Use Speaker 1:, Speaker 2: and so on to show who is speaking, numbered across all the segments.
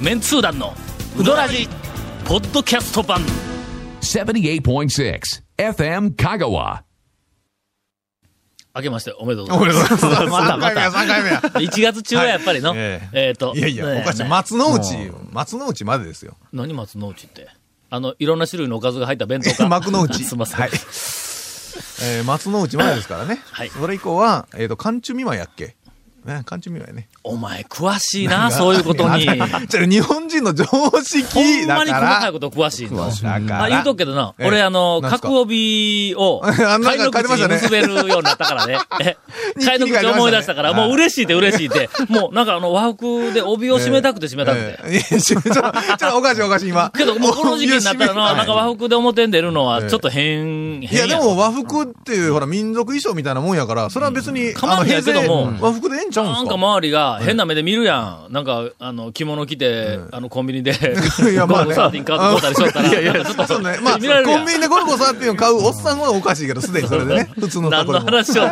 Speaker 1: メンツー団のウドラジポッドキャスト版
Speaker 2: 78.6 FM Kagawa.
Speaker 1: 明けましておめでとうござ
Speaker 3: おめ
Speaker 1: い
Speaker 3: で
Speaker 1: ま
Speaker 3: とうご
Speaker 1: す
Speaker 3: ざいます。
Speaker 1: また
Speaker 3: 3
Speaker 1: ま
Speaker 3: 回目や、
Speaker 1: た
Speaker 3: 3回目や。
Speaker 1: 1月中はやっぱりの、
Speaker 3: ええ
Speaker 1: えっ、と
Speaker 3: いやいや、おかしい。
Speaker 1: ね
Speaker 3: 松の内、松の内までですよ。
Speaker 1: 何松の内ってあのいろんな種類のおかずが入った弁当か
Speaker 3: 幕の 内。
Speaker 1: すいません、
Speaker 3: はい。えー松の内までですからね。
Speaker 1: はい
Speaker 3: それ以降は、えっ、と、寒中見舞いやっけ。ね、寒中見舞いね。
Speaker 1: お前詳しいなそういうこと にほんま
Speaker 3: じゃあ日本人の常識だ
Speaker 1: に細
Speaker 3: か
Speaker 1: からい。こと詳しいの
Speaker 3: だから
Speaker 1: あ言うとくけどな、
Speaker 3: ええ
Speaker 1: 俺、あの、
Speaker 3: なんすか
Speaker 1: 角帯を、
Speaker 3: あなんか
Speaker 1: 貝の
Speaker 3: 書いてま
Speaker 1: 口に
Speaker 3: したね
Speaker 1: 結べるようになったから ね。え
Speaker 3: 日記
Speaker 1: 貝
Speaker 3: に
Speaker 1: の
Speaker 3: 書
Speaker 1: 口
Speaker 3: いてましたね
Speaker 1: 思い出したから、もう
Speaker 3: はい
Speaker 1: 嬉しいで嬉しいで、もうなんかあの、和服で帯を締めたくて締めたくて。
Speaker 3: えーいやちょちょちょっとおかしいおかしい今。
Speaker 1: けど、もうこの時期になったらな、なんか和
Speaker 3: 服。
Speaker 1: 服で表に出るのは、ちょっと変、
Speaker 3: いや
Speaker 1: 変
Speaker 3: で
Speaker 1: やん。
Speaker 3: も和服っていう、ほら、民族衣装みたいなもんやから、それは別に、
Speaker 1: 構わんのやけども
Speaker 3: あの平成和服でええんちゃうん
Speaker 1: な
Speaker 3: す
Speaker 1: ん
Speaker 3: か
Speaker 1: か周りが変な目で見るやん。なんか、あの、着物着て、あの、コンビニで、ゴ
Speaker 3: いや、まあ
Speaker 1: ー
Speaker 3: ね。
Speaker 1: ルサーティン買ってこうたりしとったら、
Speaker 3: いやい
Speaker 1: なん
Speaker 3: や、
Speaker 1: か
Speaker 3: ち
Speaker 1: ち
Speaker 3: ょ
Speaker 1: ょ
Speaker 3: っ
Speaker 1: っ
Speaker 3: と
Speaker 1: と
Speaker 3: ね、まあ、
Speaker 1: 見られるや
Speaker 3: コ
Speaker 1: ん
Speaker 3: ンビニでゴルゴサーティンを買うおっさんはおかしいけど、すでにそれでね、普通のと
Speaker 1: 何
Speaker 3: こ
Speaker 1: の
Speaker 3: ろも。
Speaker 1: 話を。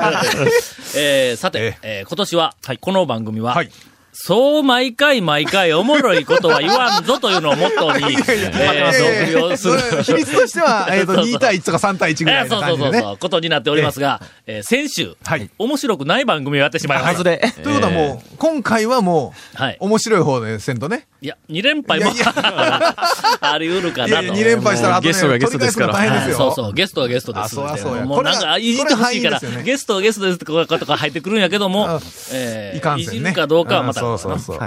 Speaker 1: えーさて、えー今年は、この番組は、
Speaker 3: はい
Speaker 1: そう毎回毎回おもろいことは言わんぞというのをモットー に、えーお送りをする。
Speaker 3: それ比率としては、えっと、
Speaker 1: そうそう
Speaker 3: 2対1とか3対1ぐら
Speaker 1: えー
Speaker 3: い
Speaker 1: そ
Speaker 3: の
Speaker 1: うそう
Speaker 3: 感じ
Speaker 1: そ
Speaker 3: で
Speaker 1: う
Speaker 3: ね。
Speaker 1: そう、ことになっておりますが、えー先週、
Speaker 3: はい
Speaker 1: 面白くない番組をやってしまいま
Speaker 4: は
Speaker 1: し
Speaker 4: ず
Speaker 1: た。
Speaker 4: れ。
Speaker 3: ということはもう、今回はも、
Speaker 1: はいう
Speaker 3: 面白い方でせんとね。
Speaker 1: いや、2連敗も
Speaker 3: いやい や
Speaker 1: あり得るか
Speaker 3: いや
Speaker 1: ないと。
Speaker 3: や、2連敗したら、あとね
Speaker 4: ゲストがゲストですから
Speaker 3: 取り返すの大変です
Speaker 1: そう
Speaker 3: よ。
Speaker 1: そう、ゲストはゲストで
Speaker 3: あ
Speaker 1: す。
Speaker 3: そうやそうや
Speaker 1: もうなんか、いじってほしいから、
Speaker 3: これはこれは範囲ですよね
Speaker 1: ゲストはゲストですってこういうことが入ってくるんやけども
Speaker 3: あ、
Speaker 1: えー
Speaker 3: いかん
Speaker 1: い
Speaker 3: せ
Speaker 1: じ
Speaker 3: んね。
Speaker 1: るかどうかはまた。
Speaker 3: あそうそうそう。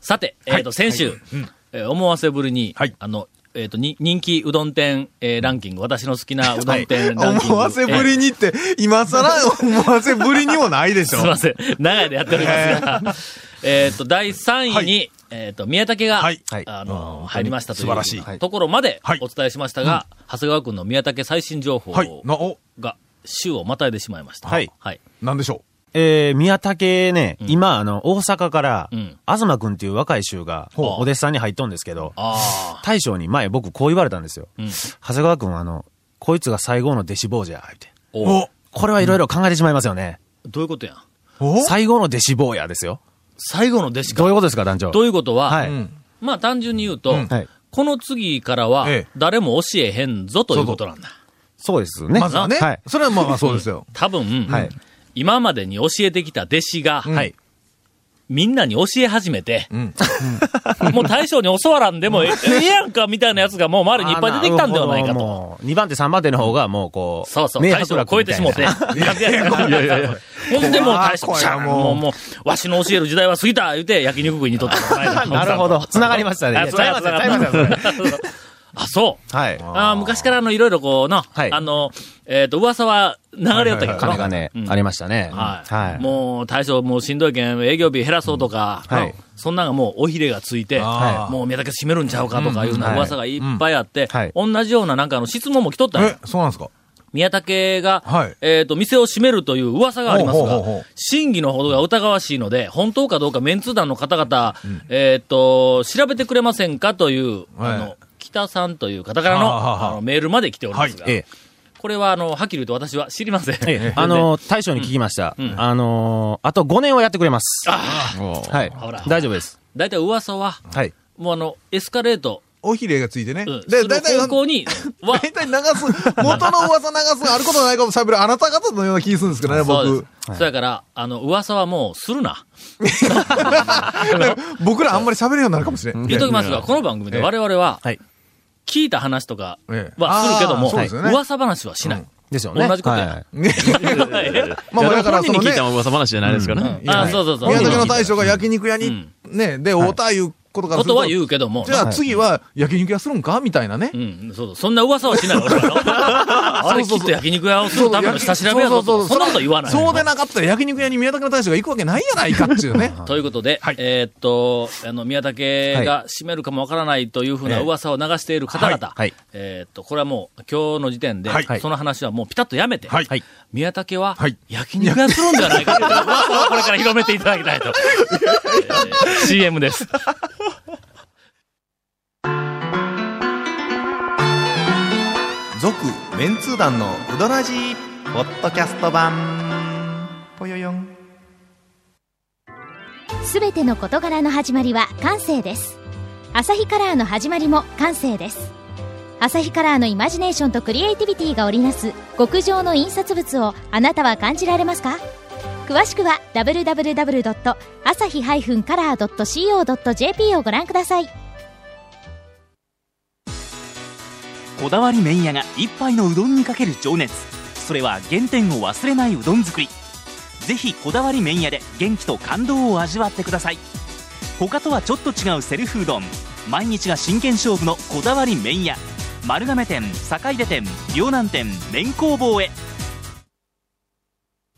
Speaker 1: さて、えっ、と、先週、えー思わせぶりに、
Speaker 3: はい
Speaker 1: あの、えっ、と、に人気うどん店、えーランキング、私の好きなうどん店ランキング。
Speaker 3: 思わせぶ
Speaker 1: え
Speaker 3: りにって、今更思わせぶりにもないでし
Speaker 1: ー
Speaker 3: ょ。
Speaker 1: すいません。長いでやっておりますが、えっと、第3位に、
Speaker 3: はい
Speaker 1: えっ、と、宮武が、
Speaker 3: はい
Speaker 1: あのー入りましたという
Speaker 3: 素晴らしい
Speaker 1: はいところまで
Speaker 3: はい
Speaker 1: お伝えしましたが、長谷川君の宮武最新情報が、
Speaker 3: はい。な、お、
Speaker 1: 週をまたいでしまいました。
Speaker 4: はい
Speaker 1: はい。
Speaker 3: なんでしょ
Speaker 4: えー、宮武ね、今、あの、大阪から、
Speaker 1: うん
Speaker 4: 東くんっていう若い衆が、
Speaker 1: う
Speaker 4: お弟子さんに入っとんですけど、
Speaker 1: あ
Speaker 4: 大将に前僕こう言われたんですよ。
Speaker 1: ん
Speaker 4: 長谷川くんはあの、こいつが最後の弟子坊じゃ、言うて。
Speaker 1: あ。
Speaker 3: う。
Speaker 1: おう
Speaker 4: これはいろいろ考えてしまいますよね。
Speaker 1: どういうことやん。
Speaker 3: お
Speaker 4: 最後の弟子坊やですよ。
Speaker 1: 最後の弟子
Speaker 4: ど
Speaker 1: か。
Speaker 4: ういうことですか、団長。
Speaker 1: ということは、
Speaker 4: は
Speaker 3: う
Speaker 4: い。
Speaker 3: ん。
Speaker 1: まあ単純に言うと、
Speaker 3: うん
Speaker 4: はい。
Speaker 1: この次からは
Speaker 3: ええ、
Speaker 1: 誰も教えへんぞということなんだ。
Speaker 4: そうですね。
Speaker 3: まずはね
Speaker 4: はい。。
Speaker 3: それはまあまあそうですよ。
Speaker 1: 多分、
Speaker 4: はい
Speaker 1: 今までに教えてきた弟子が、
Speaker 3: うんはい
Speaker 1: みんなに教え始めて、
Speaker 3: うん。
Speaker 1: もう大将に教わらんで もえええやんかみたいなやつがもう周りにいっぱい出てきたんではないか
Speaker 4: あーるほ
Speaker 1: と。
Speaker 4: どもう、2番手、3番手の方がもうこう、
Speaker 1: そうそう、
Speaker 4: 明
Speaker 1: 大
Speaker 4: 白
Speaker 1: 将を
Speaker 4: 楽
Speaker 1: 超えてしもうて。ほんでもう大将、
Speaker 3: 怖い
Speaker 1: シャーン
Speaker 3: もう
Speaker 1: もう、もう、わしの教える時代は過ぎた言うて焼肉食いにとったこないだ
Speaker 4: なる ほど。繋がりましたね。い
Speaker 1: あ
Speaker 4: やちゃいますよちゃいますよそれ
Speaker 1: あ、そう。
Speaker 4: はい。
Speaker 1: あー昔からあの、いろいろこうな、
Speaker 4: はい
Speaker 1: あの、えっ、と、噂は流れよったけどな、
Speaker 4: 金がね、
Speaker 1: うん
Speaker 4: ありましたね。
Speaker 1: はい。
Speaker 4: はい。
Speaker 1: もう、大将もうしんどいけん、営業日減らそうとか、
Speaker 4: うんはい
Speaker 1: そんなんがもうおひれがついて、
Speaker 3: あー
Speaker 1: もう宮崎閉めるんちゃうかとかいうよう
Speaker 4: うん
Speaker 1: な
Speaker 4: はい
Speaker 1: 噂がいっぱいあって、
Speaker 4: はい
Speaker 1: 同じようななんかあの質問も来とったんや
Speaker 3: え、そうなんですか
Speaker 1: 宮武が、
Speaker 3: はい
Speaker 1: えっ、と、店を閉めるという噂があります
Speaker 3: ほうほ
Speaker 1: が
Speaker 3: うほうほう、
Speaker 1: 真偽のほどが疑わしいので、本当かどうかメンツ団の方々、えっ、と、調べてくれませんかという、
Speaker 3: はい
Speaker 1: あの、北さんという方からの
Speaker 3: はあはあはあ
Speaker 1: あのメールまで来ておりますが、
Speaker 3: はい
Speaker 4: ええ
Speaker 1: これは、あの、はっきり言うと私は知りません。
Speaker 4: あの、大将に聞きました。あのー、あと5年はやってくれます。はい
Speaker 1: ほら。
Speaker 4: 大丈夫です。
Speaker 1: 大体噂は、
Speaker 4: はい。
Speaker 1: もうあの、エスカレート、
Speaker 3: おひれがついてね
Speaker 1: うん、。す
Speaker 3: で、
Speaker 1: る
Speaker 3: だいたい、
Speaker 1: 方向に、 は、
Speaker 3: 大体流す、元の噂流す、あることないこと喋る、あなた方のような気するんですけど ね、
Speaker 1: そう
Speaker 3: 僕
Speaker 1: で。す。そやから、あの、噂はもうするな。
Speaker 3: 僕 らあんまり喋るようになるかもしれん。
Speaker 1: 言っときますが、この番組で我々は、
Speaker 4: はい。
Speaker 1: 聞いた話とか
Speaker 3: ええ
Speaker 1: はするけど
Speaker 3: あ
Speaker 1: も、
Speaker 3: ーそうですよね
Speaker 1: 噂話はしない。
Speaker 4: ですよね。
Speaker 1: 同じことや
Speaker 4: はい
Speaker 1: はい
Speaker 3: まあ、まあだから、
Speaker 5: 本
Speaker 3: その
Speaker 5: 人に聞
Speaker 3: ね
Speaker 5: い、たも噂話じゃないですかね。
Speaker 1: あーそうそうそう。
Speaker 3: 宮崎の大将が焼肉屋
Speaker 1: う
Speaker 3: に
Speaker 1: ん、
Speaker 3: ね、で、おうたいうことから
Speaker 1: こ
Speaker 3: する
Speaker 1: とは
Speaker 3: と、
Speaker 1: 言うけども。
Speaker 3: じゃあ次は焼肉屋するんかみたいなね
Speaker 1: う。ん、そうそう。そんな噂はしない。俺 はあれ、きっと焼肉屋をするための下調べやぞと。
Speaker 3: そうそ
Speaker 1: そ
Speaker 3: うそうん
Speaker 1: なこと言わない。
Speaker 3: そうでなかったら焼肉屋に宮崎の大将が行くわけないやないかっていうね。
Speaker 1: ということで、えーっと、あの、宮武が閉めるかもわからないというふうな噂を流している方々、
Speaker 4: はいはい
Speaker 1: えーっと、これはもう、今日の時点で、
Speaker 3: はい
Speaker 1: その話はもうピタッとやめて、
Speaker 3: はい
Speaker 4: はい
Speaker 1: 宮武は
Speaker 3: はい、
Speaker 1: 焼肉屋するんじゃないかという噂をこれから広めていただきたい と。えー CM です。
Speaker 6: 続メンツー団のウドラジーポッドキャスト版ぽよよん
Speaker 7: すべての事柄の始まりは感性です
Speaker 5: アサヒカラーの始まりも感性ですアサヒカラーのイマジネーションとクリエイティビティが織りなす極上の印刷物をあなたは感じられますか詳しくは www.asahi-color.co.jp をご覧ください
Speaker 7: こだわり麺屋が一杯のうどんにかける情熱それは原点を忘れないうどん作りぜひこだわり麺屋で元気と感動を味わってください他とはちょっと違うセルフうどん毎日が真剣勝負のこだわり麺屋丸亀店坂出店両南店麺工房へ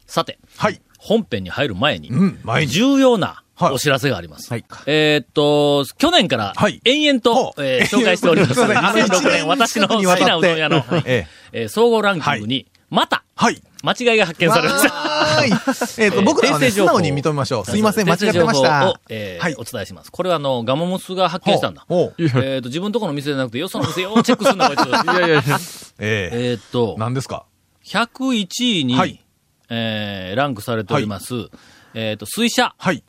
Speaker 1: さて、
Speaker 3: はい。
Speaker 1: 本編に入る前に、
Speaker 3: うん、毎日。
Speaker 1: 重要な
Speaker 3: はい
Speaker 1: お知らせがあります。
Speaker 3: はい
Speaker 1: えーっと、去年から
Speaker 3: はい
Speaker 1: 延々と、
Speaker 3: ほう
Speaker 1: えー紹介しております。
Speaker 3: いやいや すいません
Speaker 1: 2006年、私の好きなうどん屋の、はい
Speaker 3: ええ
Speaker 1: えー総合ランキングに、また、
Speaker 3: はい。
Speaker 1: 間違いが発見されました。
Speaker 3: わーい。 え
Speaker 1: え
Speaker 3: っと、
Speaker 1: ー
Speaker 3: 僕らは
Speaker 1: 訂
Speaker 3: ね、
Speaker 1: 正情
Speaker 3: 素
Speaker 1: 報
Speaker 3: 直に認めましょう。すいません、間違ってまし
Speaker 1: 訂正情報を
Speaker 3: た。、
Speaker 1: えー
Speaker 3: はい
Speaker 1: お伝えします。これはあの、ガモモスが発見したんだ。
Speaker 3: ほうほう
Speaker 1: えーっと、自分とこの店じゃなくて、よその店をチェックするんだ、こいつ。
Speaker 2: いやいやいや。
Speaker 3: え
Speaker 1: えーっと
Speaker 3: え。、何ですか
Speaker 1: 101位に、
Speaker 3: はい
Speaker 1: えーランクされております、えーっと、水車。
Speaker 3: はい。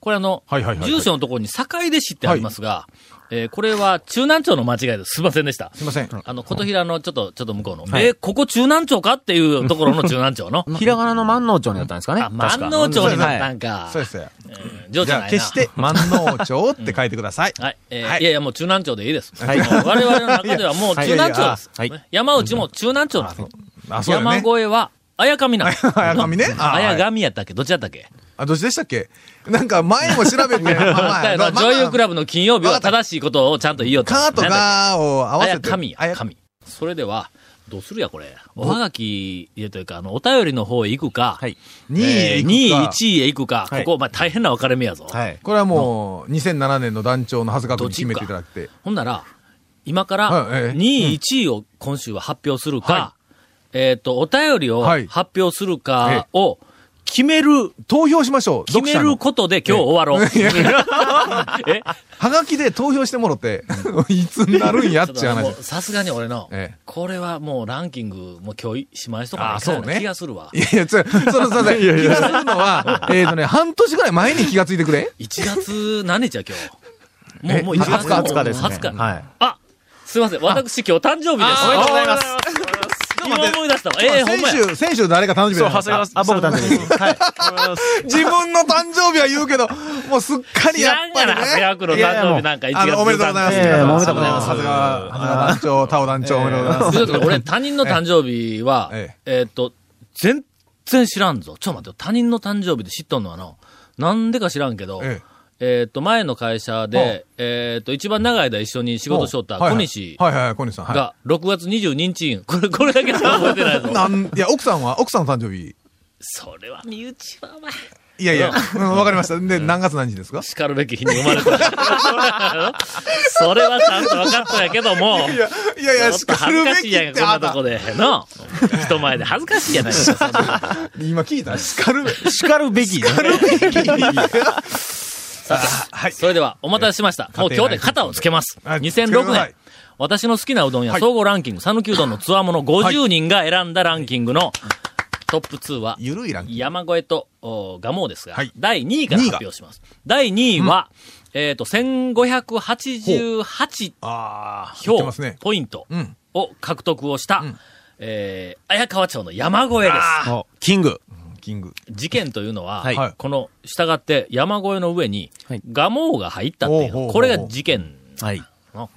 Speaker 1: これあの、
Speaker 3: はいはいはいはい
Speaker 1: 住所のところに境出市ってありますが、えーこれは中南町の間違いです。すいませんでした。
Speaker 3: すいません。
Speaker 1: あの、琴平のちょっと、ちょっと向こうの。えーここ中南町かっていうところの中南町の。
Speaker 4: ひらがなの万能町になったんですかね。
Speaker 1: あ、万能町になった
Speaker 4: はい
Speaker 1: んか。
Speaker 3: そうですよ。
Speaker 1: 上
Speaker 3: じ
Speaker 1: じゃ
Speaker 3: ゃ
Speaker 1: な
Speaker 3: あ、
Speaker 1: いな。
Speaker 3: 決して、万能町って書いてください。
Speaker 1: はい。えー
Speaker 3: はい
Speaker 1: い、やいや、もう中南町でいいです。
Speaker 4: はい
Speaker 1: もう我々の中 ではもう中南町です。
Speaker 4: はいいやいや
Speaker 1: 山内も中南町なんです。
Speaker 3: あ、そうだよ
Speaker 1: 山
Speaker 3: ね。
Speaker 1: 越えは、綾上なんです。
Speaker 3: 綾上ねあはい
Speaker 1: 綾上やったっけどっちやったっけ
Speaker 3: あ、どっちでしたっけなんか前も調 べて、ま
Speaker 1: だから
Speaker 3: あまあ
Speaker 1: 女優クラブの金曜日
Speaker 3: わか
Speaker 1: は
Speaker 3: った
Speaker 1: 正しいことをちゃんと言いようと。
Speaker 3: カーと
Speaker 1: なんだっけ
Speaker 3: ガーを合わ
Speaker 1: あや
Speaker 3: せて。
Speaker 1: 神や、神。それでは、どうするや、これ。おはがき、えというか、あの、お便りの方へ行くか、
Speaker 4: はい。
Speaker 3: 2
Speaker 1: えー
Speaker 3: 位、
Speaker 1: 2位、
Speaker 3: 1
Speaker 1: 1位へ行くか、
Speaker 4: はい
Speaker 1: ここ、まあ、大変な分かれ目やぞ。
Speaker 4: はい。
Speaker 3: これはもう、2007年の団長の長谷川君に決めていただいて。
Speaker 1: ほんなら、今か
Speaker 3: はいえ
Speaker 1: ら、
Speaker 3: え
Speaker 1: 2位、1位を今週は発表するか、えっ、と、お便りを
Speaker 3: はい
Speaker 1: 発表するかを決める、
Speaker 3: 投票しましょう。
Speaker 1: 決め
Speaker 3: 読者
Speaker 1: る
Speaker 3: の
Speaker 1: ことで今日終わろう。 え
Speaker 3: はがきで投票してもろて、いつになるんやっちゅう
Speaker 1: も
Speaker 3: 話
Speaker 1: う。さすがに俺の、
Speaker 3: ええ
Speaker 1: これはもうランキング、もう今日しまいしと
Speaker 3: あ
Speaker 1: か
Speaker 3: あそうね
Speaker 1: な気がするわ。
Speaker 3: いやいや、つそのさ、気がするのは、えっとね、半年ぐらい前に気がついてくれ。
Speaker 1: 1月何日や今日。も
Speaker 3: え
Speaker 1: う、もう1月
Speaker 3: 20
Speaker 4: 日ですね
Speaker 1: 20日
Speaker 4: はい
Speaker 1: あ、すいません。私今日誕生日です。
Speaker 4: おめでとうございます。
Speaker 1: 今思い出したわ。ええほんまや。
Speaker 3: 先週、先週誰か誕生日だった
Speaker 4: あ、僕誕生日です。はい。
Speaker 3: 自分の誕生日は言うけど、もうすっかり
Speaker 1: 知
Speaker 3: やっ
Speaker 1: らん
Speaker 3: ぱ
Speaker 1: が
Speaker 3: り
Speaker 1: な、
Speaker 3: ね。
Speaker 1: 早くの誕生日なんか1
Speaker 3: あ
Speaker 1: 月
Speaker 3: の、おめでとうございます。
Speaker 4: ええおめでとうございます
Speaker 3: さすが、花田団長、田尾団長、おめでとうございま
Speaker 1: とい
Speaker 3: す。
Speaker 1: うことで俺、他人の誕生日は、
Speaker 3: え
Speaker 1: えーっと、全然知らんぞ。ちょ、待ってよ、他人の誕生日で知っとんのはな、なんでか知らんけど、
Speaker 3: ええ
Speaker 1: えーっと、前の会社で、えーっと、一番長い間一緒に仕事しとった
Speaker 3: はいはい
Speaker 1: 小西
Speaker 3: はいはいはい、小西さん。は
Speaker 1: が、6月22日に、これ、これだけしか覚えてない
Speaker 3: い。
Speaker 1: ぞ。
Speaker 3: なん、いや、奥さんは、奥さんの誕生日。
Speaker 1: それは身内はお前。
Speaker 3: いやいや、うん、わかりました。で、何月何日ですか
Speaker 1: しかるべき日に生まれた。それはちゃんと分かったんやけども。
Speaker 3: いや、いやいや、
Speaker 1: ちょっ
Speaker 3: し
Speaker 1: と
Speaker 3: か
Speaker 1: 恥
Speaker 3: る
Speaker 1: ず
Speaker 3: べ
Speaker 1: かし
Speaker 3: き
Speaker 1: いや
Speaker 3: っ
Speaker 1: ん
Speaker 3: て
Speaker 1: か、こん
Speaker 3: あ
Speaker 1: なと
Speaker 3: な
Speaker 1: こで。の人前で恥ずかしいやないですか。そんな
Speaker 3: 今聞いたしかるべき。
Speaker 4: 叱るべき。
Speaker 1: はい。それでは、お待たせしました。もう今日で肩をつけます。
Speaker 3: はいつけてくだ
Speaker 1: 2006
Speaker 3: さ
Speaker 1: 年
Speaker 3: い。
Speaker 1: 私の好きなうどんや
Speaker 3: はい
Speaker 1: 総合ランキング、讃岐うどんのつわもの50人が選んだランキングのトップ2は、
Speaker 3: ゆるいランキング。
Speaker 1: 山越えと、お蒲生ですが、
Speaker 3: はい
Speaker 1: 第2位から
Speaker 3: 2位
Speaker 1: 発
Speaker 3: が
Speaker 1: 表します。第2位は、えっ、と、1588
Speaker 3: ああ、言って
Speaker 1: 票、
Speaker 3: ますね。
Speaker 1: ポイント
Speaker 3: うん
Speaker 1: を獲得をした、えー、綾川町の山越えです。
Speaker 4: キング。
Speaker 3: キング。
Speaker 1: 事件というのは、
Speaker 4: はい
Speaker 3: はい
Speaker 1: この、従って山越えの上に
Speaker 4: はい、
Speaker 1: 蒲生が入ったっていう、
Speaker 3: おうおうおう
Speaker 1: これが事件
Speaker 4: はい。
Speaker 1: の。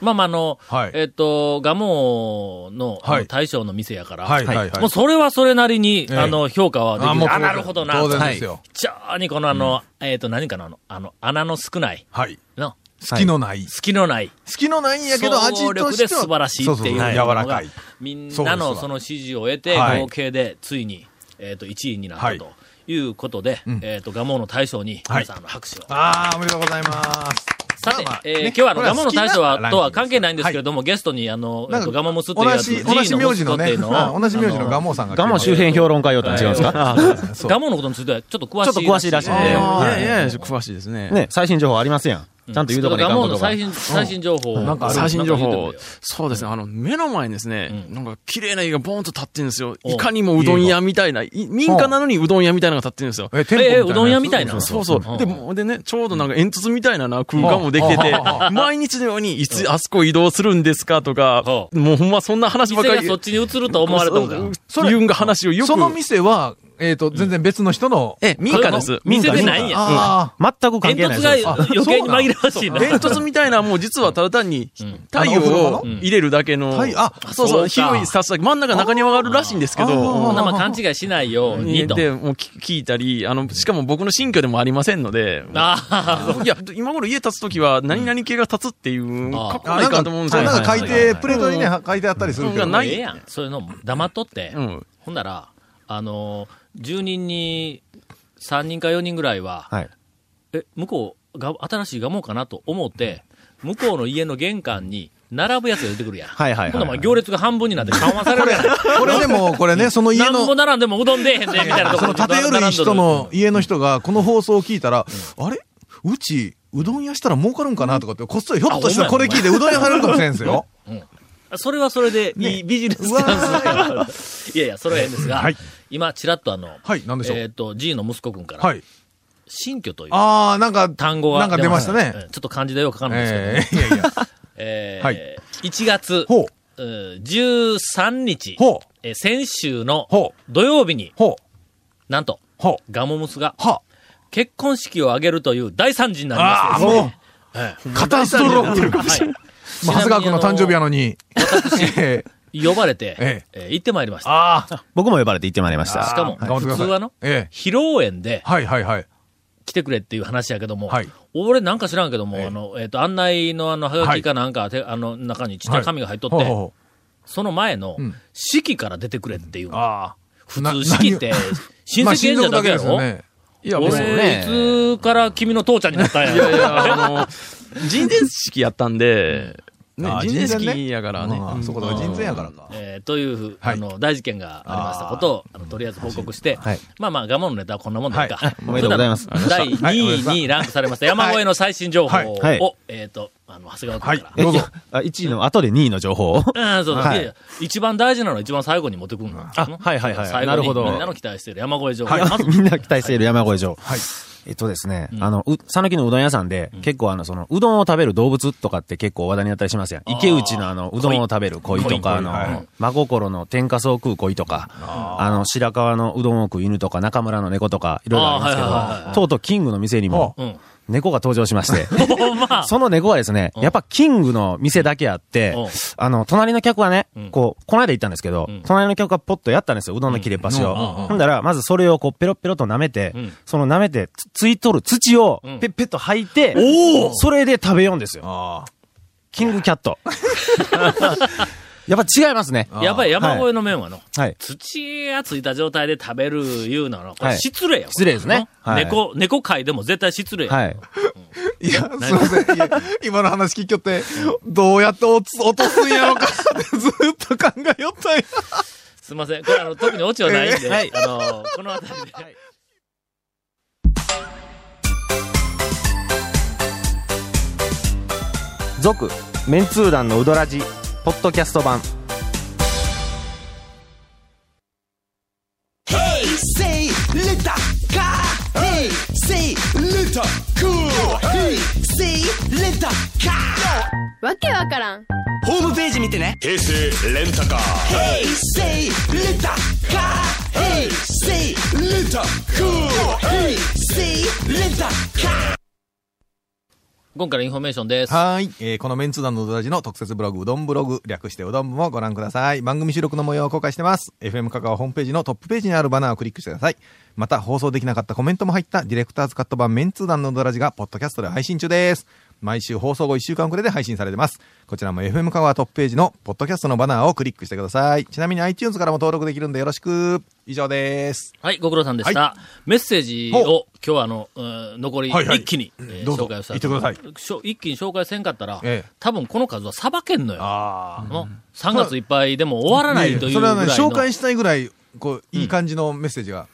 Speaker 1: まあまあ、あの、
Speaker 3: はい
Speaker 1: えっ、と、蒲生の,、
Speaker 3: はい
Speaker 1: あの大将の店やから、
Speaker 3: はいはいはい。
Speaker 1: もうそれはそれなりに、
Speaker 3: ええ
Speaker 1: あの、評価はできる。
Speaker 3: もう
Speaker 1: あ
Speaker 3: 当然
Speaker 1: なるほどな。
Speaker 3: 当然
Speaker 1: はい
Speaker 3: ですよ。
Speaker 1: 非常にこのあの、えっ、と、何かなあの、あの、穴の少ない、
Speaker 3: はい。
Speaker 1: の、
Speaker 3: 好きのない。
Speaker 1: 隙のない、
Speaker 3: 隙のないんやけど、味
Speaker 1: 総力
Speaker 3: として
Speaker 1: で
Speaker 3: は。
Speaker 1: 素晴らしいっていう
Speaker 3: そそ
Speaker 1: の
Speaker 3: 柔らか
Speaker 1: が
Speaker 3: い。、
Speaker 1: みんなのその支持を得て、
Speaker 3: はい
Speaker 1: 合計でついに、えっと、1位になったということで、
Speaker 3: ん
Speaker 1: えっと、ガモの大将に、
Speaker 3: はい
Speaker 1: 皆さんあの拍手を。
Speaker 3: ああ、おめでとうございます。
Speaker 1: さて
Speaker 3: まあまあ、
Speaker 1: えー
Speaker 3: ね
Speaker 1: 今日はあの、
Speaker 3: これ
Speaker 1: ガ
Speaker 3: は
Speaker 1: モ
Speaker 3: 好
Speaker 1: の
Speaker 3: きな
Speaker 1: 大将は
Speaker 3: ランキング
Speaker 1: とは関係ないんですけれども、ゲストにあの、え
Speaker 3: な
Speaker 1: っ
Speaker 3: ん
Speaker 1: と、
Speaker 3: か
Speaker 1: ガモモスっていう
Speaker 3: 同
Speaker 1: やつ、
Speaker 3: じ、同じ名字の
Speaker 1: ってい
Speaker 3: ね、
Speaker 1: う
Speaker 3: う
Speaker 1: の
Speaker 3: ん
Speaker 1: を、
Speaker 3: 同じ名字のガモさんが。
Speaker 4: ガモ周辺評論家用とは違うんですか
Speaker 8: あー
Speaker 3: そう
Speaker 1: ガモのことについてはちょっと詳しい。
Speaker 4: ちょっと詳しいらしいんで
Speaker 8: え
Speaker 4: あ
Speaker 8: ー
Speaker 4: ー
Speaker 8: いやいや詳しいですね。
Speaker 4: ね、最新情報ありますやん。ちゃんと言うとかでい
Speaker 1: ガ
Speaker 4: かん
Speaker 1: モン
Speaker 4: こ
Speaker 1: の
Speaker 4: とが
Speaker 1: 最。新、最新情報を
Speaker 3: なんかある
Speaker 8: 最新情
Speaker 1: なんか言
Speaker 8: 報
Speaker 1: うてみよ。
Speaker 8: そうですね。あの、目の前にですね、なんか綺麗な家がボーンと立ってるんですよ。
Speaker 1: お
Speaker 8: いかにもうどん屋みたいな、い民家なのにうどん屋みたいなのが立ってるんですよ。
Speaker 3: え、店
Speaker 1: うええ、
Speaker 3: 舗みたいなや
Speaker 1: う
Speaker 3: つ
Speaker 1: どん屋みたいな。
Speaker 8: そうそ
Speaker 1: ん
Speaker 8: う。で、もうでね、ちょうどなんか煙突みたいなな空間もできてて、毎日のように、いつあそこ移動するんですかとか、もうほんまそんな話ばっ
Speaker 1: 店
Speaker 8: か
Speaker 1: が
Speaker 8: り。
Speaker 1: そっちに移ると思われたんだよ。
Speaker 8: そユンが話をよく。
Speaker 3: その店は、えっと、全然別の人の、
Speaker 8: え、民家です。民
Speaker 1: 店
Speaker 8: 家
Speaker 1: で
Speaker 8: 民
Speaker 1: な
Speaker 8: 家
Speaker 1: いんや。
Speaker 3: あ
Speaker 4: 全く関
Speaker 1: 煙
Speaker 4: 係ない
Speaker 1: 突
Speaker 4: です
Speaker 1: が
Speaker 4: よ。
Speaker 1: 余計に紛らわ しいな。
Speaker 8: 煙突みたいな、もう実はただ単に太陽を入れるだけの、
Speaker 3: 太陽あ
Speaker 8: そう
Speaker 1: そう
Speaker 8: そ
Speaker 1: か
Speaker 8: う、広いさすだけ、真ん中中庭があるらしいんですけ
Speaker 1: そ
Speaker 8: ど、
Speaker 1: んなまあ勘違いしないようにと。
Speaker 8: で、もう聞聞いたり、あの、しかも僕の新居でもありませんので、
Speaker 1: ああ、
Speaker 8: いや、今頃家建つときは、何々系が建つっていう、
Speaker 1: あ
Speaker 8: かっこ
Speaker 3: あ。
Speaker 8: ない
Speaker 3: な
Speaker 8: か
Speaker 3: んか、
Speaker 8: と思うんです
Speaker 3: そう
Speaker 8: よ。
Speaker 3: なんか書い
Speaker 8: は
Speaker 3: て、プレートにね、
Speaker 8: うん
Speaker 3: は書いてあったりするけど。
Speaker 8: うん
Speaker 1: もう
Speaker 8: な
Speaker 1: え
Speaker 8: い
Speaker 1: えやん。そういうの黙っとって。
Speaker 8: うん
Speaker 1: ほんなら、あの、住人に3人か4人ぐらいは、
Speaker 4: はい。
Speaker 1: え、向こう、が新しいガモかなと思って、向こうの家の玄関に並ぶやつが出てくるやん。
Speaker 4: はいはいはいはい
Speaker 1: ほんならまあ行列が半分になって緩和されるやん。
Speaker 3: これでも、これね、その家
Speaker 1: なんぼ
Speaker 3: の、
Speaker 1: 並んでもうどん出えへんで、みたいなとこ
Speaker 3: そ
Speaker 1: ろ
Speaker 3: の
Speaker 1: で 並んどる
Speaker 3: 縦寄る人の家の人が、この放送を聞いたら、あれうち、うどん屋したら儲かるんかなとかって、こっそりひょっとしたら
Speaker 1: あ
Speaker 3: こ
Speaker 1: ほんま
Speaker 3: れ
Speaker 1: や
Speaker 3: 聞いてうどん屋されるかもしれんすよ。
Speaker 1: それはそれでいいビジネスチャンスでいやいや、それはええんですが、
Speaker 3: はい
Speaker 1: 今、ちらっとあの、
Speaker 3: はい何でしょう
Speaker 1: えっ、と、G の息子くんから、
Speaker 3: はい。
Speaker 1: 新居という
Speaker 3: あー、なんか、
Speaker 1: 単語が
Speaker 3: なんか出ましたね。
Speaker 1: うんちょっと漢字でよく書かんないですけど、
Speaker 3: えーいやいや。
Speaker 1: えー
Speaker 3: はい
Speaker 1: 1月
Speaker 3: ほう。
Speaker 1: うん13日、
Speaker 3: ほう。
Speaker 1: えー先週の
Speaker 3: ほ
Speaker 1: 土曜日に、
Speaker 3: ほう。
Speaker 1: なんと、
Speaker 3: ほう。
Speaker 1: ガモムスが
Speaker 3: は。
Speaker 1: 結婚式を挙げるという大惨事になりま
Speaker 3: あ
Speaker 1: し
Speaker 3: ー、
Speaker 1: てですね
Speaker 3: もう、カタストローフ。
Speaker 1: はい
Speaker 3: まあ長谷川君の誕生日やのに。 私。
Speaker 1: 呼ばれて、え
Speaker 3: え
Speaker 1: ー行ってまいりました。
Speaker 3: ああ。
Speaker 4: 僕も呼ばれて行ってまいりまし。
Speaker 1: したかも、
Speaker 3: 頑張って
Speaker 1: 普
Speaker 3: くだ
Speaker 1: 通
Speaker 3: さい
Speaker 1: はの、
Speaker 3: ええ。
Speaker 1: 披露宴で
Speaker 3: はいはいはい。
Speaker 1: 来てくれっていう話やけども、
Speaker 3: はい
Speaker 1: 俺なんか知らんけども、
Speaker 3: ええ
Speaker 1: あの、えっ、と、案内のあの、はがきかなんか、てあの、中にちっちゃい紙が入っとって、
Speaker 3: ほうほうほ
Speaker 1: その前の
Speaker 3: うん、
Speaker 1: 式から出てくれっていう
Speaker 3: う。。ああ。
Speaker 1: 普
Speaker 3: な
Speaker 1: 通、式って、親
Speaker 3: まあ
Speaker 1: 戚縁者だけや
Speaker 3: 親族
Speaker 1: ろ、
Speaker 3: ね。
Speaker 8: いや、もう
Speaker 1: 俺、い
Speaker 8: ね。
Speaker 1: つから君の父ちゃんになったんや。
Speaker 8: いやいや、あの、人前式やったんで、ね
Speaker 3: あ、ー
Speaker 8: 人前
Speaker 3: 人前ね
Speaker 8: 式やからね。
Speaker 3: ああ、そうか、だから人前やからか。
Speaker 1: えーというふう、
Speaker 3: はい
Speaker 1: あの、大事件がありましたことを、あのとりあえず報告して、
Speaker 4: はい
Speaker 1: まあまあ、我慢のネタはこんなもんでいいか。
Speaker 4: いおめでとうございます
Speaker 1: 普段の第2位にランクされました、山越えの最新情報を、
Speaker 4: はいはい
Speaker 1: えっ、と、あの、長谷川君から。
Speaker 4: えいやあ1位の後で2位の情報を。
Speaker 1: うん、そうそう、
Speaker 4: はい
Speaker 1: いやいや一番大事なのは一番最後に持ってくるの。あ
Speaker 4: はいはいはい
Speaker 1: 最
Speaker 4: な
Speaker 1: 後
Speaker 4: る
Speaker 1: に
Speaker 4: ほど
Speaker 1: みんなの期待している山越え情報。ま
Speaker 4: 山
Speaker 1: ず
Speaker 4: みんな期待している山越え城。えっとですね、あの、う、さぬきのうどん屋さんで、結構あの、その、うどんを食べる動物とかって結構話題になったりしますやん。
Speaker 1: ー
Speaker 4: 池内のあの、うどんを食べる
Speaker 1: 鯉
Speaker 4: 鯉とか、あ
Speaker 1: 鯉は
Speaker 4: の、真心の天かすを食う鯉とか、あの、白川のうどんを食う犬とか、中村の猫とか、いろいろあり
Speaker 1: あーはいはい
Speaker 4: ます
Speaker 1: はい
Speaker 4: け
Speaker 1: はい
Speaker 4: ど、とうとうキングの店にも
Speaker 1: うん、
Speaker 4: 猫が登場しまして、
Speaker 1: ほんま。
Speaker 4: その猫はですね、やっぱキングの店だけあって
Speaker 1: うん、
Speaker 4: あの、隣の客はね
Speaker 1: ん、
Speaker 4: こう、この間行ったんですけど
Speaker 1: ん、
Speaker 4: 隣の客がポッとやったんですよ、うどんの切れ端を。
Speaker 1: うんうんうんうん
Speaker 4: ほんだら、まずそれをこう、ペロペロと舐めて
Speaker 1: うん、
Speaker 4: その舐めて、つついとる土を
Speaker 1: うん、
Speaker 4: ペッペッと吐いて、それで食べようんですよ。
Speaker 3: あ
Speaker 4: キングキャッ ト。やっぱ違いますね。
Speaker 1: やばい、山越えの麺はの、
Speaker 4: はい。
Speaker 1: 土がついた状態で食べるいうのはの、これ
Speaker 4: はい
Speaker 1: 失礼やわ
Speaker 4: 失礼ですね
Speaker 1: うん
Speaker 4: はい
Speaker 1: 猫、猫界でも絶対失礼や。
Speaker 4: はい。
Speaker 3: あ。いや、すいませんいや。今の話聞きよって、どうやって落とす落とすんやろかってずっと考えよったんや。
Speaker 1: すみません。これ、あの、特にオチはないんで、
Speaker 4: えーはい
Speaker 1: あの、この辺りで。
Speaker 4: 続、メンツー団のうどらじ、ポッドキャスト版。
Speaker 9: わけわからん
Speaker 10: 平成レンタカー
Speaker 1: 今回のインフォメーションです。
Speaker 3: はーい。えーこのメンツ団のうどらじの特設ブログ、うどんブログ、略してうどん部もご覧ください。番組収録の模様を公開してます。FM カカオホームページのトップページにあるバナーをクリックしてください。また、放送できなかったコメントも入ったディレクターズカット版メンツ団のうどらじが、ポッドキャストで配信中です。毎週放送後1週間くらいで配信されてます。こちらも FM カカオトップページの、ポッドキャストのバナーをクリックしてください。ちなみに iTunes からも登録できるんでよろしく。以上です。
Speaker 1: はい、ご苦労さんでした。メッセージを今日はあの、うん残り
Speaker 3: はいはい
Speaker 1: 一気に、えー
Speaker 3: どうぞ
Speaker 1: 紹介をした
Speaker 3: 言ってく
Speaker 1: しょ一気に紹介せんかったら、
Speaker 3: ええ
Speaker 1: 多分この数はさばけんのよ。
Speaker 3: ああ。
Speaker 1: の3月いっぱいでも終わらないという
Speaker 3: そ
Speaker 1: ぐ
Speaker 3: れ
Speaker 1: らい
Speaker 3: は
Speaker 1: の。
Speaker 3: ね、紹介
Speaker 1: い
Speaker 3: したいぐらい、こう、いい感じのメッセージが。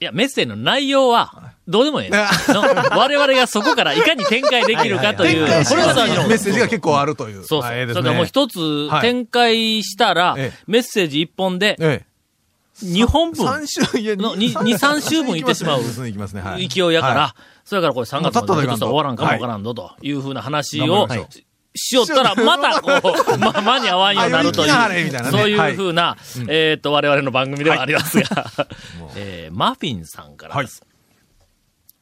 Speaker 1: や、メッセージの内容は、どうでもええ。の我々がそこからいかに展開できるかという、
Speaker 3: 展開し
Speaker 1: これ
Speaker 3: や
Speaker 1: が
Speaker 3: す
Speaker 1: 大
Speaker 3: い
Speaker 1: 事なこと
Speaker 3: メ
Speaker 1: で
Speaker 3: ッ
Speaker 1: す
Speaker 3: セージが結構あるという。
Speaker 1: そうそう。
Speaker 3: あえ
Speaker 1: だ
Speaker 3: えで
Speaker 1: か
Speaker 3: す
Speaker 1: らもう
Speaker 3: ね。
Speaker 1: 一つ
Speaker 3: はい
Speaker 1: 展開したら、
Speaker 3: え
Speaker 1: メッセージ一本で、
Speaker 3: ええ
Speaker 1: 2本分
Speaker 3: 三週、いや、
Speaker 1: のに二三週分いってしまう
Speaker 3: 行きますね。はい。
Speaker 1: 勢いやから、
Speaker 3: は
Speaker 1: それからこれ3月まで
Speaker 3: も
Speaker 1: ひょっと
Speaker 3: う立っといかん
Speaker 1: し
Speaker 3: と
Speaker 1: たら終わらんかもわからんぞというふうな話を
Speaker 3: 頑張りま
Speaker 1: ししよったら、またこう、 ま、間に合わんようになるとい
Speaker 3: ああいう
Speaker 1: う
Speaker 3: 息があれみたいな、ね
Speaker 1: そう
Speaker 3: はいいう
Speaker 1: ふうな、えっと、我々の番組ではあります が、えーマフィンさんからです。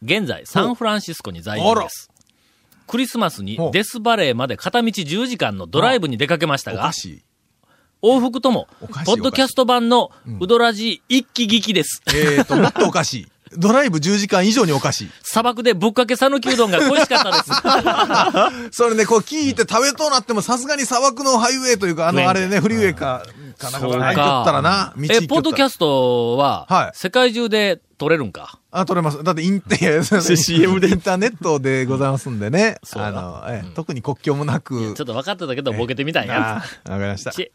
Speaker 1: 現在、サンフランシスコに在住です。クリスマスに
Speaker 3: ほう
Speaker 1: デスバレーまで片道10時間のドライブに出かけました
Speaker 3: お
Speaker 1: が
Speaker 3: か、しい。
Speaker 1: 往復とも
Speaker 3: おかしい、
Speaker 1: ポッドキャスト版のウドラジ一気聞きです。
Speaker 3: えっと、もっとおかしい。ドライブ10時間以上におかしい。
Speaker 1: 砂漠でぶっかけ讃岐うどんが恋しかったです。
Speaker 3: それね、こう聞いて食べとうなっても、さすがに砂漠のハイウェイというか、あ
Speaker 1: うん
Speaker 3: の、あれね、フリーウェイか、かなんか、
Speaker 1: そうか
Speaker 3: 行きよったらな、道行きよったら
Speaker 1: え、ポッドキャスト
Speaker 3: は
Speaker 1: は、
Speaker 3: い
Speaker 1: 世界中で撮れるんか。
Speaker 3: あ、取れます。だってイン テ、いやい やそうですね
Speaker 8: CM で
Speaker 3: インターネットでございますんでね。
Speaker 1: そうだ
Speaker 3: あの、ええ特に国境もなく
Speaker 1: ちょ。っと分かってたけど、ボケてみたん
Speaker 3: あ
Speaker 1: や。
Speaker 3: ーわかりました。
Speaker 1: ち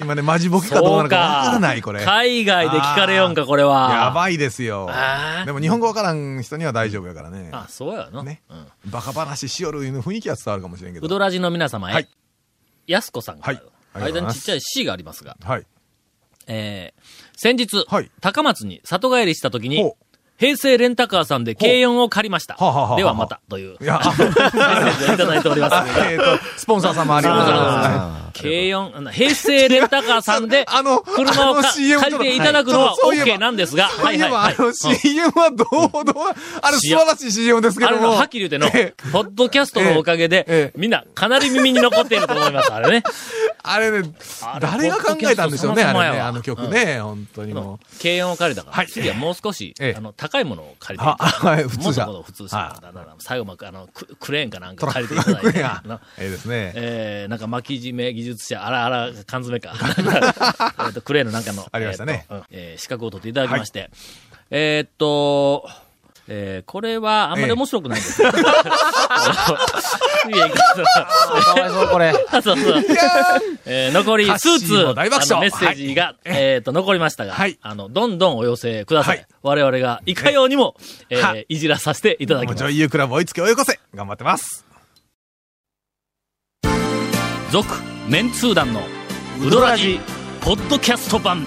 Speaker 3: 今ね、マジボケかどう
Speaker 1: そ
Speaker 3: な
Speaker 1: う
Speaker 3: のかわから
Speaker 1: か
Speaker 3: ない、これ。。
Speaker 1: 海外で聞かれよんか、これは。
Speaker 3: やばいですよ
Speaker 1: あ。ー
Speaker 3: でも日本語わからん人には大丈夫やからね。
Speaker 1: あ、そうやな。
Speaker 3: ね
Speaker 1: うん。
Speaker 3: バカ話しよるいうの雰囲気は伝わるかもしれんけ
Speaker 1: う
Speaker 3: ど。
Speaker 1: どらじの皆様
Speaker 3: は
Speaker 1: へ
Speaker 3: い。
Speaker 1: やすこさんから
Speaker 3: はい。あ
Speaker 1: 間
Speaker 3: りがとうござい
Speaker 1: に
Speaker 3: ま
Speaker 1: ちっ
Speaker 3: す
Speaker 1: ちゃい C がありますが、
Speaker 3: はい。
Speaker 1: えー、先日
Speaker 3: はい、
Speaker 1: 高松に里帰りした時に
Speaker 3: ほ、
Speaker 1: 平成レンタカーさんで軽音を借りました
Speaker 3: ほうはあはあはあは。あ
Speaker 1: ではまた、という
Speaker 3: い
Speaker 1: メ
Speaker 3: や、あ
Speaker 1: ッセージをいただいております。
Speaker 3: あえっと、スポンサー様ありがとうございます。
Speaker 1: 軽音、あの平成レンタカーさんで、
Speaker 3: あの、
Speaker 1: 車を
Speaker 3: あの
Speaker 1: か
Speaker 3: CM
Speaker 1: 借りていただくのは
Speaker 3: そうそうそういえ
Speaker 1: OK
Speaker 3: ば
Speaker 1: なんですが、
Speaker 3: そういえば、あの CM はどうほどう、あれ素晴らしい CM ですけ
Speaker 1: あ
Speaker 3: ど
Speaker 1: れの、
Speaker 3: も。
Speaker 1: はっきり言うて
Speaker 3: え
Speaker 1: の、ポッドキャストのおかげ
Speaker 3: え
Speaker 1: で
Speaker 3: え、
Speaker 1: みんなかなり耳に残っていると思います、あ れね。
Speaker 3: あれね
Speaker 1: あれ、
Speaker 3: 誰が考えたんでしょうね、
Speaker 1: ポッドキャスト
Speaker 3: あ
Speaker 1: 様々やわ
Speaker 3: れね、あの曲ね、本当にもう。
Speaker 1: 軽音を借りたから、次はもう少し
Speaker 3: ええ、
Speaker 1: あの、高いものを借りて
Speaker 3: あ、
Speaker 1: いただいて、
Speaker 3: はい、普
Speaker 1: も
Speaker 3: 通
Speaker 1: っ
Speaker 3: じ
Speaker 1: と
Speaker 3: ゃ
Speaker 1: も。っと普通
Speaker 3: は
Speaker 1: 車
Speaker 3: い、
Speaker 1: だから最後まで、あの、ククレーンかなん
Speaker 3: ト
Speaker 1: か借
Speaker 3: ラ
Speaker 1: りていただい
Speaker 3: ック
Speaker 1: て、
Speaker 3: や
Speaker 1: あの。
Speaker 3: ええですね。
Speaker 1: えー、なんか巻き締め技術者、あらあら、缶詰 か。えっと、クレーのなんかの。
Speaker 3: ありましたね
Speaker 1: えーとうんえー資格を取っていただきまして。えーっと、えー、これはあんまり面白くないん です。えいやいや
Speaker 4: かわいそう、これ。
Speaker 1: そうそうそうえー残り、スーツ、
Speaker 3: も大爆笑
Speaker 1: あのメッセージが、えーっと、残りましたが、
Speaker 3: はい
Speaker 1: あの、どんどんお寄せください。
Speaker 3: はい
Speaker 1: 我々が、いかようにも、え
Speaker 3: は
Speaker 1: ー、いじらさせていただき
Speaker 3: もう
Speaker 1: ます
Speaker 3: 女。優クラブ追いつけ追い越せ頑張ってます
Speaker 1: 続メンツー団のウドラジポッドキャスト版